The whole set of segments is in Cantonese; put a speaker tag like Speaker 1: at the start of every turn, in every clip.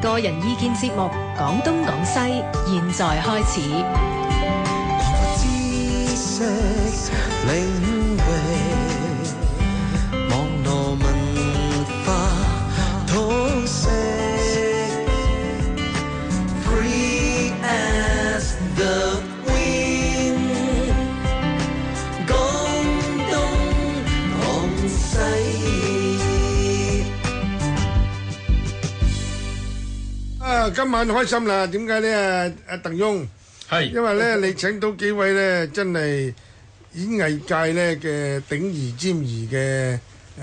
Speaker 1: 個人意見節目《講東講西》，現在開始。
Speaker 2: 知識領域，網絡文化通識，Free as the wind。廣東廣西。
Speaker 3: 啊，今晚開心啦！點解咧？啊啊，鄧雍，
Speaker 4: 係
Speaker 3: 因為咧你請到幾位咧，真係演藝界咧嘅頂而尖而嘅誒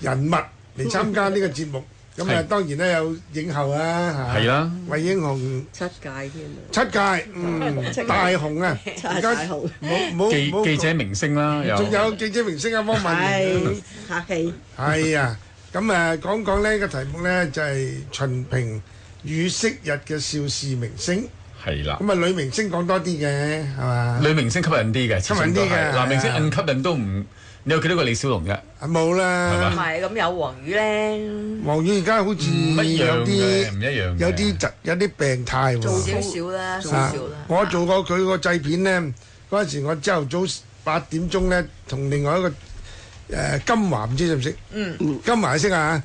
Speaker 3: 人物嚟參加呢個節目。咁啊，
Speaker 4: 係
Speaker 3: 當然咧有影后啦，嚇
Speaker 4: 係啦，
Speaker 3: 惠英紅
Speaker 5: 七屆添啊！
Speaker 3: 七屆，嗯，大紅啊，而家
Speaker 5: 大紅
Speaker 3: 唔好唔好
Speaker 4: 記
Speaker 3: 唔好
Speaker 4: 記者明星啦，又
Speaker 3: 嗯仲有記者明星啊，汪曼 儀。
Speaker 5: 係客氣，
Speaker 3: 係啊，咁啊講講呢個題目呢，就係、秦平與昔日嘅邵氏明星，
Speaker 4: 係啦，
Speaker 3: 咁啊女明星講多啲嘅係嘛？
Speaker 4: 女明星吸引啲嘅，始
Speaker 3: 吸
Speaker 4: 終都
Speaker 3: 引啲嘅
Speaker 4: 係
Speaker 3: 係啊
Speaker 4: 男明星唔吸引都唔，你有幾多個李小龍嘅？
Speaker 3: 啊冇
Speaker 4: 係
Speaker 5: 唔
Speaker 3: 啦
Speaker 4: 嘛，
Speaker 5: 係咁有黃魚咧，
Speaker 3: 黃宇而家好似
Speaker 4: 唔一樣
Speaker 3: 有
Speaker 4: 嘅，唔
Speaker 3: 啲
Speaker 4: 一樣嘅
Speaker 3: 有啲疾有啲病態
Speaker 5: 做
Speaker 3: 喎。
Speaker 5: 少少啦，做
Speaker 3: 啊
Speaker 5: 少啦。
Speaker 3: 我做過佢個製片呢，嗰陣時我朝頭早八點鐘呢，同另外一個誒、呃金華唔知識唔識？嗯，金華識啊，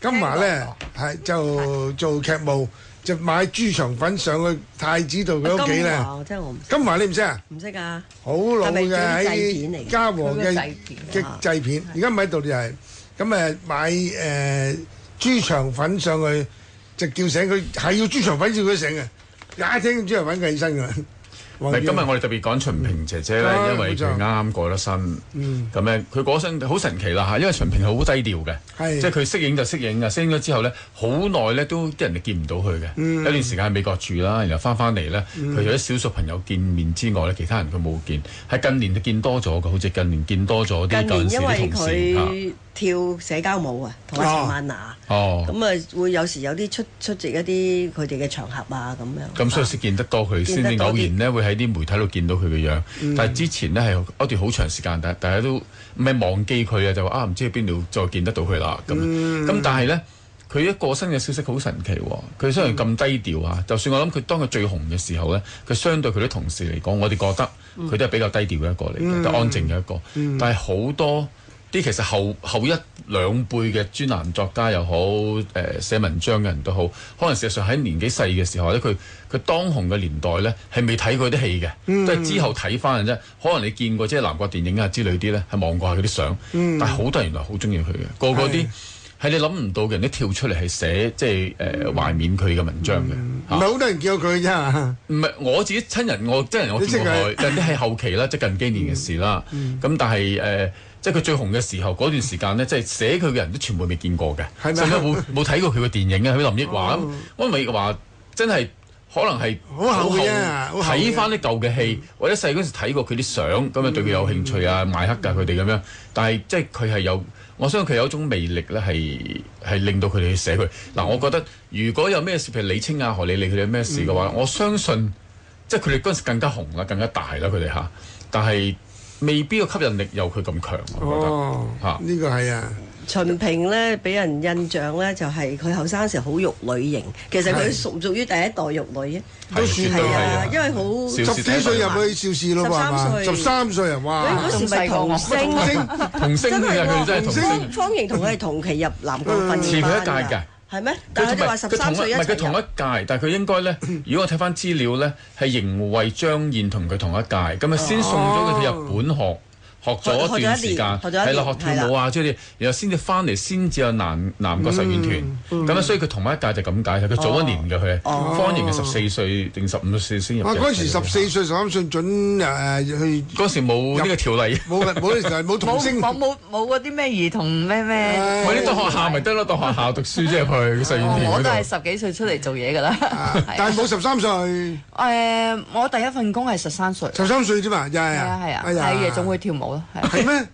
Speaker 3: 金華呢，係就做劇務，就買豬腸粉上去太子道佢屋企
Speaker 5: 金
Speaker 3: 呢。
Speaker 5: 華真係我唔
Speaker 3: 啊金華你唔識啊？
Speaker 5: 唔識啊！
Speaker 3: 好老
Speaker 5: 係咪
Speaker 3: 嘅
Speaker 5: 嗰啲製片嚟
Speaker 3: 喺
Speaker 5: 嘅
Speaker 3: 嘉禾
Speaker 5: 佢個
Speaker 3: 嘅
Speaker 5: 製片
Speaker 3: 嘅
Speaker 5: 啊
Speaker 3: 製片，而家唔喺度就係咁誒買誒豬腸粉上去，就叫醒佢，係要豬腸粉叫佢醒嘅，一聽豬腸粉佢起身㗎。
Speaker 4: 唔
Speaker 3: 黃
Speaker 4: 係
Speaker 3: 宇
Speaker 4: 今日我哋特別講秦平姐姐咧，
Speaker 3: 哦嗯
Speaker 4: 因為佢啱啱過咗身，咁咧佢過咗身好神奇啦嚇，因為秦平好低調嘅，
Speaker 3: 係
Speaker 4: 即係佢適應就適應啊，適應咗之後咧，好耐咧都啲人哋見唔到佢
Speaker 3: 嗯
Speaker 4: 嘅，有段時間喺美國住啦，然後翻翻嚟咧，佢有啲少數朋友見面之外咧，其他人佢冇見，喺近年就見多咗嘅，好似近年見多咗啲
Speaker 5: 近
Speaker 4: 舊
Speaker 5: 年
Speaker 4: 陣時
Speaker 5: 因為
Speaker 4: 啲同事嚇，
Speaker 5: 佢跳社交舞啊，同阿
Speaker 3: 哦
Speaker 5: 陳曼娜，
Speaker 4: 哦，
Speaker 5: 咁啊會有時有啲出出席一啲佢哋嘅場合啊咁樣。
Speaker 4: 咁所以先見得多佢，先
Speaker 5: 見
Speaker 4: 至
Speaker 5: 得多
Speaker 4: 偶
Speaker 5: 啲嗯
Speaker 4: 然咧會喺啲媒體度見到佢嘅樣。但係之前咧係一段好長時間，但大家都唔係忘記佢啊，就話啊唔知喺邊度再見得到佢啦咁。咁、
Speaker 5: 嗯
Speaker 4: 但係咧，佢一過身嘅消息好神奇喎。佢雖然咁低調
Speaker 5: 嗯
Speaker 4: 啊，就算我諗佢當佢最紅嘅時候咧，佢相對佢啲同事嚟講，我哋覺得佢都係比較低調嘅一個嚟
Speaker 5: 嗯
Speaker 4: 嘅，都安靜嘅一個。但係好多。啲其實後後一兩輩嘅專欄作家又好，誒、寫文章嘅人都好，可能事實上喺年紀細嘅時候咧，佢佢當紅嘅年代咧係未睇過啲戲嘅，都係之後睇翻嘅啫。可能你見過即係南國電影啊之類啲咧，係望過下佢啲相，但係好多人原來好中意佢嘅，個個啲係你諗唔到嘅人都跳出嚟係寫即係誒、懷緬佢嘅文章嘅。
Speaker 3: 唔係好多人叫佢啫，
Speaker 4: 唔係我自己親人，我真人我見過佢，但啲係後期啦，即係近幾年嘅事啦。咁、
Speaker 3: 嗯
Speaker 4: 但係誒、呃即係佢最紅嘅時候嗰段時間咧，即係寫佢嘅人都全部未見過嘅，
Speaker 3: 係
Speaker 4: 甚
Speaker 3: 咪
Speaker 4: 至冇冇睇過佢嘅電影啊。佢林憶華，我林憶華真係可能係
Speaker 3: 好後嘅啊好後嘅
Speaker 4: 睇翻啲舊嘅戲，
Speaker 5: 嗯
Speaker 4: 或者細嗰陣時睇過佢啲相，咁啊對佢有興趣啊，買黑㗎佢哋咁樣。但係即係佢係有，我相信佢有一種魅力咧，係係令到佢哋去寫佢。嗱，
Speaker 5: 嗯
Speaker 4: 我覺得如果有咩事，譬如李青啊、何莉莉佢哋有咩事嘅
Speaker 5: 嗯
Speaker 4: 話，我相信即係佢哋嗰陣時更加紅啦，更加大啦，佢哋嚇。但係未必個吸引力有佢咁強，我
Speaker 3: 哦
Speaker 4: 嚇，
Speaker 3: 呢個係啊，
Speaker 5: 秦平咧俾人印象咧就係佢後生時好玉女型，其實佢
Speaker 3: 係
Speaker 5: 屬唔屬於第一代玉女啊？
Speaker 3: 都
Speaker 4: 覺
Speaker 3: 算
Speaker 4: 得
Speaker 3: 係
Speaker 5: 係
Speaker 3: 啊
Speaker 5: 啊，因為好
Speaker 4: 邵
Speaker 3: 十
Speaker 4: 氏
Speaker 3: 幾歲入去邵氏咯喎，係嘛？十
Speaker 5: 十
Speaker 3: 三歲人哇
Speaker 5: 嗰，時咪童星啊
Speaker 3: 童星
Speaker 4: 同星
Speaker 5: 真
Speaker 4: 嘅
Speaker 5: 係
Speaker 4: 佢真係
Speaker 5: 喎，
Speaker 4: 同星。
Speaker 5: 方方盈同佢係同期入呃南國訓
Speaker 4: 遲
Speaker 5: 練
Speaker 4: 佢一
Speaker 5: 班
Speaker 4: 屆㗎
Speaker 5: 㗎，啊係咩？
Speaker 4: 嗯佢同埋
Speaker 5: 但係你話十
Speaker 4: 佢同
Speaker 5: 三
Speaker 4: 一
Speaker 5: 歲一
Speaker 4: 唔係佢
Speaker 5: 齊
Speaker 4: 同一
Speaker 5: 入
Speaker 4: 屆，但係佢應該咧，如果我睇翻資料咧，係邢惠張燕同佢同一屆，咁啊先送咗佢去日本學。學咗一段時間，
Speaker 5: 學學咗一年
Speaker 4: 係啦，學跳舞啊，即係，然後先至翻嚟，先至有南南國實驗團，咁啊，所以佢同一屆就咁解，佢早一年嘅佢，方盈嘅十四歲定十五歲先入
Speaker 3: 哇
Speaker 4: 嘅。
Speaker 3: 嗰陣時十四歲十三歲準誒去
Speaker 4: 嗰時冇呢個條例，
Speaker 3: 冇冇冇童星，
Speaker 6: 冇冇冇嗰啲咩兒童咩咩，
Speaker 4: 咪你當學校咪得咯，當學校讀書啫，去實驗
Speaker 6: 我
Speaker 4: 團嗰
Speaker 6: 都係
Speaker 4: 度。
Speaker 6: 十幾歲出嚟做嘢㗎啦。
Speaker 3: 啊但係冇十三歲。
Speaker 6: 誒，我第一份工係十三歲，係
Speaker 3: 十三歲啫嘛，又係
Speaker 6: 啊係啊，
Speaker 3: 哎呀
Speaker 6: 喺夜總會跳舞咯，係
Speaker 3: 係咩？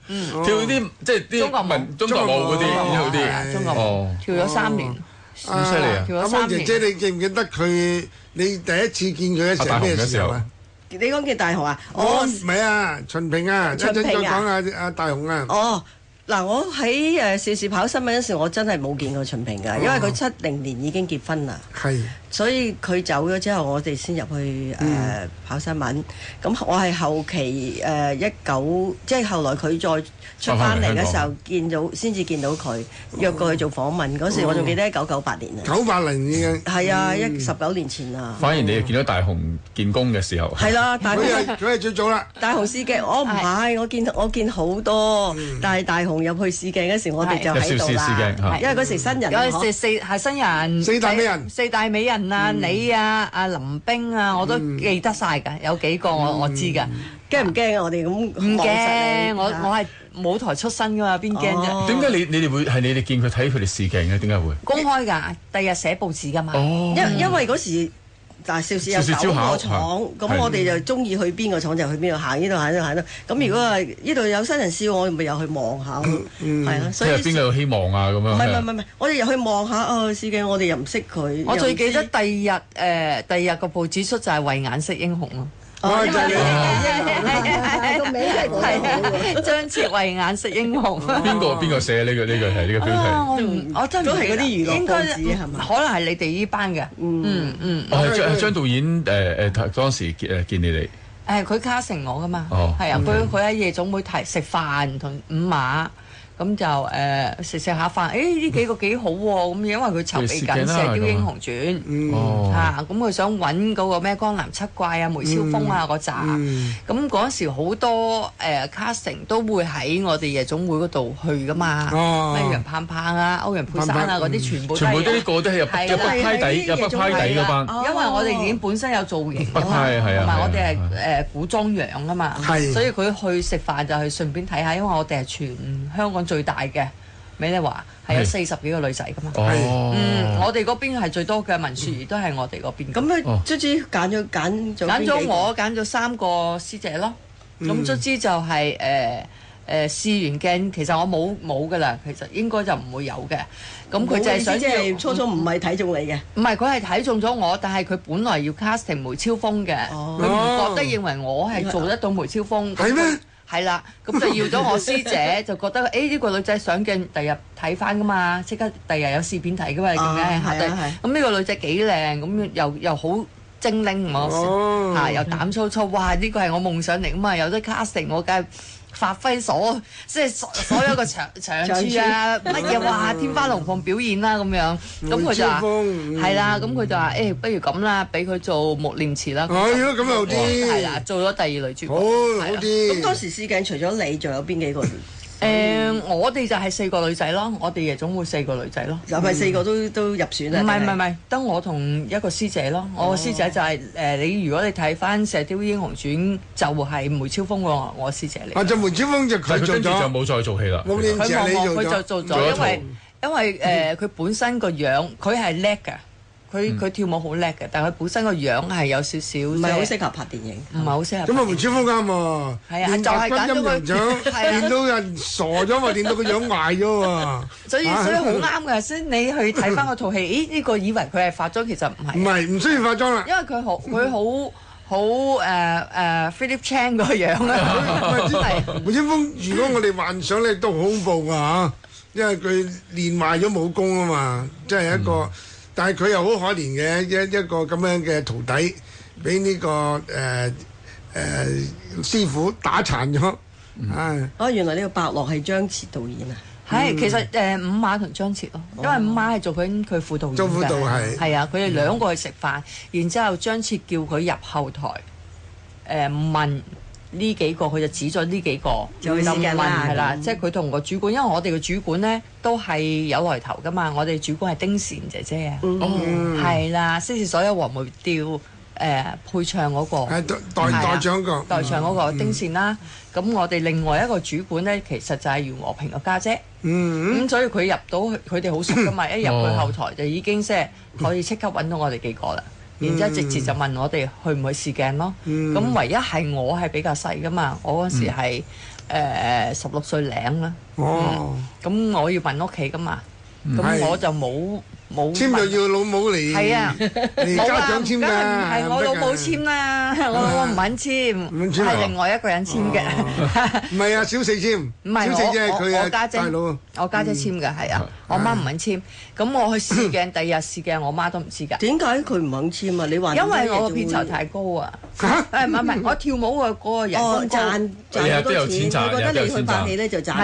Speaker 4: 跳啲即係
Speaker 6: 中國
Speaker 4: 啲
Speaker 6: 舞
Speaker 4: 民中國舞嗰啲，
Speaker 3: 中國舞
Speaker 4: 然後
Speaker 6: 係
Speaker 4: 啲
Speaker 6: 啊中國
Speaker 4: 哦
Speaker 6: 舞跳咗三年，
Speaker 4: 咁犀利啊！
Speaker 6: 跳
Speaker 3: 阿
Speaker 6: 咗
Speaker 3: 汪
Speaker 6: 三
Speaker 3: 姐姐，
Speaker 6: 年。
Speaker 3: 你記唔記得佢？你第一次見佢嘅時
Speaker 4: 啊大
Speaker 3: 候
Speaker 4: 紅
Speaker 3: 咩
Speaker 4: 嘅
Speaker 3: 時
Speaker 4: 時候
Speaker 3: 候啊？
Speaker 5: 你講嘅大學啊？
Speaker 3: 我
Speaker 4: 嗯
Speaker 5: 我
Speaker 3: 唔係啊，秦平啊，一
Speaker 5: 秦
Speaker 3: 陣再
Speaker 5: 平啊
Speaker 3: 講啊，阿大雄啊，
Speaker 5: 哦，嗱，我喺誒邵氏跑新聞嗰時，我真係冇見過秦平
Speaker 4: 哦
Speaker 5: 㗎，因為佢七零年已經結婚啦，
Speaker 3: 係
Speaker 5: 所以佢走咗之後，我哋先入去誒、呃
Speaker 4: 嗯
Speaker 5: 跑新聞。咁我係後期誒一九，即係後來佢再出翻嚟嘅時
Speaker 4: 翻返嚟香
Speaker 5: 候，見到先至見到佢，約過去做訪問嗰時，我仲記
Speaker 4: 哦
Speaker 5: 得一九九八年啊，
Speaker 3: 九八零已經。
Speaker 5: 係啊，
Speaker 4: 嗯
Speaker 5: 一十九年前啊，
Speaker 4: 反而你又見到大雄建功嘅時候，
Speaker 5: 係 啦，但
Speaker 3: 佢
Speaker 5: 係。
Speaker 3: 係佢係最 早啦，
Speaker 5: 大雄試鏡，我唔係，我見我見好多，
Speaker 4: 嗯
Speaker 5: 但係大雄入去試鏡嗰時，我哋就
Speaker 4: 入邵
Speaker 5: 喺度
Speaker 4: 氏試
Speaker 5: 啦
Speaker 4: 鏡，嚇
Speaker 5: 因為嗰時新人
Speaker 6: 有
Speaker 5: 嗬
Speaker 6: 四四係新人，
Speaker 3: 四大美人
Speaker 6: 四大美人啊，你啊，阿林冰啊，我都記得晒㗎，有幾個我我知㗎，
Speaker 5: 驚唔驚啊？我哋咁
Speaker 6: 唔
Speaker 5: 唔
Speaker 6: 驚，我我係舞台出身㗎嘛，邊驚啫
Speaker 5: 哦？
Speaker 4: 點解你你哋會係你哋見佢睇佢哋試鏡嘅？點解會？
Speaker 6: 公開㗎，第日寫報紙㗎嘛。
Speaker 4: 哦，
Speaker 5: 因因為嗰時嗱，邵氏有
Speaker 4: 邵氏
Speaker 5: 九
Speaker 4: 招考
Speaker 5: 個廠，
Speaker 4: 係嗯
Speaker 5: 咁我哋就中意去邊個廠就去邊度行，呢度行呢度行呢度。咁如果係呢度有新人笑，我咪又去望下咯，係啊，所
Speaker 4: 嗯睇
Speaker 5: 以
Speaker 4: 下邊個有希望啊咁
Speaker 5: 唔
Speaker 4: 樣。
Speaker 5: 係唔係唔係唔係，我哋又去望下啊試鏡，我哋又唔識佢。
Speaker 6: 我
Speaker 5: 又
Speaker 6: 最
Speaker 5: 唔
Speaker 6: 記得
Speaker 5: 知
Speaker 6: 第二日誒，第二日個報紙出就係慧眼識英雄咯。
Speaker 3: 我
Speaker 5: 哦
Speaker 3: 係
Speaker 5: 因為
Speaker 3: 最
Speaker 5: 你
Speaker 3: 早
Speaker 5: 個名真係講得好
Speaker 6: 係啊，張徹慧眼識英雄。
Speaker 4: 邊個邊個寫呢個呢個係呢個標
Speaker 6: 啊！
Speaker 4: 題？
Speaker 6: 我唔，我真係
Speaker 5: 都
Speaker 6: 唔
Speaker 5: 係
Speaker 6: 記
Speaker 5: 嗰
Speaker 6: 得
Speaker 5: 啲娛樂
Speaker 6: 應該
Speaker 5: 報紙係嘛
Speaker 6: 可能係你哋呢班嘅。嗯嗯，
Speaker 4: 哦，係張
Speaker 3: 佢
Speaker 4: 張導演誒誒當時誒見你哋，
Speaker 6: 誒佢卡成我噶嘛，
Speaker 4: 哦
Speaker 6: 係啊，
Speaker 4: 嗯
Speaker 6: 佢佢喺夜總會提食飯同午馬。咁就誒食食下飯，誒呢幾個幾好喎咁，因為佢籌
Speaker 4: 佢
Speaker 6: 備緊《
Speaker 4: 試鏡啦
Speaker 6: 射雕
Speaker 4: 咁啊
Speaker 6: 英雄傳》
Speaker 5: 嗯
Speaker 4: 哦
Speaker 5: 啊
Speaker 6: 嚇，咁佢想揾嗰個咩江南七怪啊、梅超風
Speaker 4: 嗯
Speaker 6: 啊嗰扎，咁嗰時好多誒 casting 都會喺我哋夜總會嗰度去噶嘛，
Speaker 3: 哦
Speaker 6: 咩楊盼盼啊、歐陽佩珊
Speaker 3: 盼盼
Speaker 6: 啊嗰啲全部
Speaker 4: 嗯全部都呢
Speaker 6: 係
Speaker 4: 個都係入
Speaker 5: 啊
Speaker 6: 係
Speaker 4: 入北派底入北派底嗰班。
Speaker 6: 啊因為我哋已經本身有造型啊
Speaker 4: 北
Speaker 6: 嘛，
Speaker 4: 派係啊
Speaker 6: 同埋我哋
Speaker 4: 係啊
Speaker 6: 係誒古裝樣啊嘛，
Speaker 3: 係
Speaker 6: 所以佢去食飯就去順便睇下，因為我哋係全香港最大嘅美麗華，係有
Speaker 4: 係
Speaker 6: 四十幾個女仔噶嘛。
Speaker 4: 哦，
Speaker 6: 嗯，我哋嗰邊係最多嘅，文雪兒都係我哋嗰邊。咁
Speaker 5: 咁
Speaker 4: 哦
Speaker 5: 佢卒之揀咗揀咗
Speaker 6: 揀
Speaker 5: 邊幾
Speaker 6: 咗
Speaker 5: 個
Speaker 6: 我，揀咗三個師姐咯。咁卒之就係誒誒試完鏡，其實我冇冇噶啦，其實應該就唔會有嘅。咁佢就係想
Speaker 5: 即係
Speaker 6: 要
Speaker 5: 初初唔係睇中你嘅，
Speaker 6: 唔係，佢係睇中咗我，但係佢本來要 casting 梅超風嘅，
Speaker 5: 哦
Speaker 6: 佢唔、覺得認為我係做得到梅超風。
Speaker 3: 係咩？
Speaker 6: 係啦，咁就要咗我師姐，就覺得誒呢、個女仔上鏡，第日睇翻噶嘛，即刻第日有試片睇噶嘛，咁樣
Speaker 5: 啊
Speaker 6: 下低。
Speaker 5: 係啊係
Speaker 6: 咁呢個女仔幾靚，咁又又好精靈我
Speaker 3: 哦
Speaker 6: 嚇、啊又膽粗粗，哇！呢個係我夢想嚟噶嘛，有得 casting 我梗係。發揮所即係 所所有嘅長長處啊，乜嘢哇天花龍鳳表演啦、咁樣，咁佢就話
Speaker 3: 梅超嗯風嗯
Speaker 6: 係啦，咁佢就話誒，不如咁啦，俾佢做木念慈啦。哦
Speaker 3: 哎呀咁又好啲
Speaker 6: 係啦，做咗第二女主角。
Speaker 3: 好好
Speaker 6: 係啦
Speaker 3: 啲。
Speaker 5: 咁當時試鏡除咗你，仲有邊幾 個？
Speaker 6: 誒、我哋就係四個女仔咯，我哋夜總會四個女仔咯。
Speaker 5: 又係四個都都入選
Speaker 6: 唔
Speaker 5: 啦。
Speaker 6: 係唔
Speaker 5: 定
Speaker 6: 係唔係，得我同一個師姐咯。我個師姐就係、誒，你如果你睇翻《射雕英雄傳》，就係梅超風我我師姐嚟。
Speaker 3: 啊，就梅超風就佢
Speaker 4: 但係佢
Speaker 3: 做
Speaker 4: 跟住就
Speaker 3: 咗，
Speaker 4: 冇再做戲啦。
Speaker 3: 冇念
Speaker 6: 佢
Speaker 3: 慈係
Speaker 6: 望
Speaker 3: 你
Speaker 6: 望
Speaker 3: 做
Speaker 6: 佢就
Speaker 3: 咗，嗯
Speaker 6: 做
Speaker 4: 做咗
Speaker 6: 咗，因為因為誒佢本身個樣，佢係叻㗎，佢佢跳舞好叻嘅，但係佢本身個樣係有少少
Speaker 5: 唔係好
Speaker 6: 即係
Speaker 5: 適合拍電影。
Speaker 6: 唔係好適合。
Speaker 3: 咁啊梅超風啱喎，
Speaker 6: 係啊
Speaker 3: 練
Speaker 6: 就係
Speaker 3: 白
Speaker 6: 揀咗
Speaker 3: 金
Speaker 6: 佢
Speaker 3: 金人獎，
Speaker 6: 係啊
Speaker 3: 練到人傻咗喎，練到個樣壞咗啊喎。
Speaker 6: 所以所以好啱嘅，所以你去睇翻 個套戲，咦呢個以為佢係化妝，其實唔
Speaker 3: 唔
Speaker 6: 係，啊
Speaker 3: 係唔需要化妝啦，
Speaker 6: 因為佢好佢好好誒誒 Philip Chan 個 樣
Speaker 3: 唔
Speaker 6: 啊，
Speaker 3: 係梅超風如果我哋幻想咧都好恐怖㗎嚇，因為佢練壞咗武功啊嘛，即係一個，但係佢又好可憐嘅一一個咁樣嘅徒弟，俾呢個誒誒師傅打殘咗，唉。
Speaker 5: 哦，原來呢個伯樂係張徹導演啊！
Speaker 3: 嗯
Speaker 6: 係其實誒五馬同張徹咯，因為五馬係做緊佢輔導
Speaker 3: 哦
Speaker 6: 員
Speaker 3: 做輔
Speaker 6: 嘅
Speaker 3: 導係嗯
Speaker 6: 係啊，佢哋兩個去食飯，然之後張徹叫佢入後台誒問。呢幾個佢就指咗呢幾個，
Speaker 5: 就去試鏡啦
Speaker 6: 問係
Speaker 3: 嗯
Speaker 6: 啦，即係佢同個主管，因為我哋嘅主管咧都係有來頭噶嘛，我哋主管係丁善姐姐啊，
Speaker 3: 嗯
Speaker 4: 哦，
Speaker 6: 係啦，先至所有黃梅調誒配唱嗰個
Speaker 3: 係代代
Speaker 6: 係啊
Speaker 3: 代長個，
Speaker 6: 代唱嗰個
Speaker 3: 嗯
Speaker 6: 丁善啦。咁我哋另外一個主管咧，其實就係袁和平嘅家姐。
Speaker 3: 嗯，哦
Speaker 6: 咁所以佢入到去佢哋好熟 噶嘛，一入去後台就已經即係可以即刻揾到我哋幾個啦。然之後直接就問我哋去唔去試鏡咯。
Speaker 3: 嗯
Speaker 6: 咁唯一係我係比較細噶嘛，我嗰時係誒十六歲零啦。
Speaker 3: 哦，
Speaker 6: 嗯咁我要問屋企噶嘛，
Speaker 3: 嗯係
Speaker 6: 咁我就冇冇
Speaker 3: 簽就
Speaker 6: 問
Speaker 3: 要老母嚟，
Speaker 6: 係啊
Speaker 3: 嚟
Speaker 6: 冇
Speaker 3: 家
Speaker 6: 啊，
Speaker 3: 長簽㗎，
Speaker 6: 梗係唔係我老母簽 啦，我老母唔肯
Speaker 3: 唔
Speaker 6: 簽，
Speaker 3: 肯簽啊
Speaker 6: 係另外一個人簽嘅，
Speaker 3: 唔係啊，小四簽，
Speaker 6: 唔係
Speaker 3: 小四啫，
Speaker 6: 我
Speaker 3: 佢
Speaker 6: 我
Speaker 3: 啊
Speaker 6: 我家姐
Speaker 3: 大佬，
Speaker 6: 我家姐簽嘅，係啊，我媽唔肯簽，咁我去試鏡，第二日試鏡，我媽都唔知㗎。
Speaker 5: 點解佢唔肯簽啊？你話
Speaker 6: 因為
Speaker 5: 為
Speaker 6: 我個片酬太高啊！誒唔係唔係，我跳舞嘅嗰個人
Speaker 5: 哦
Speaker 6: 工高。
Speaker 5: 賺賺好
Speaker 4: 日日都有
Speaker 5: 多
Speaker 4: 錢
Speaker 5: 錢，
Speaker 4: 哦賺
Speaker 5: 我覺
Speaker 4: 日日都
Speaker 5: 得
Speaker 4: 有
Speaker 5: 你去
Speaker 4: 錢
Speaker 5: 拍
Speaker 4: 賺
Speaker 5: 戲咧就賺。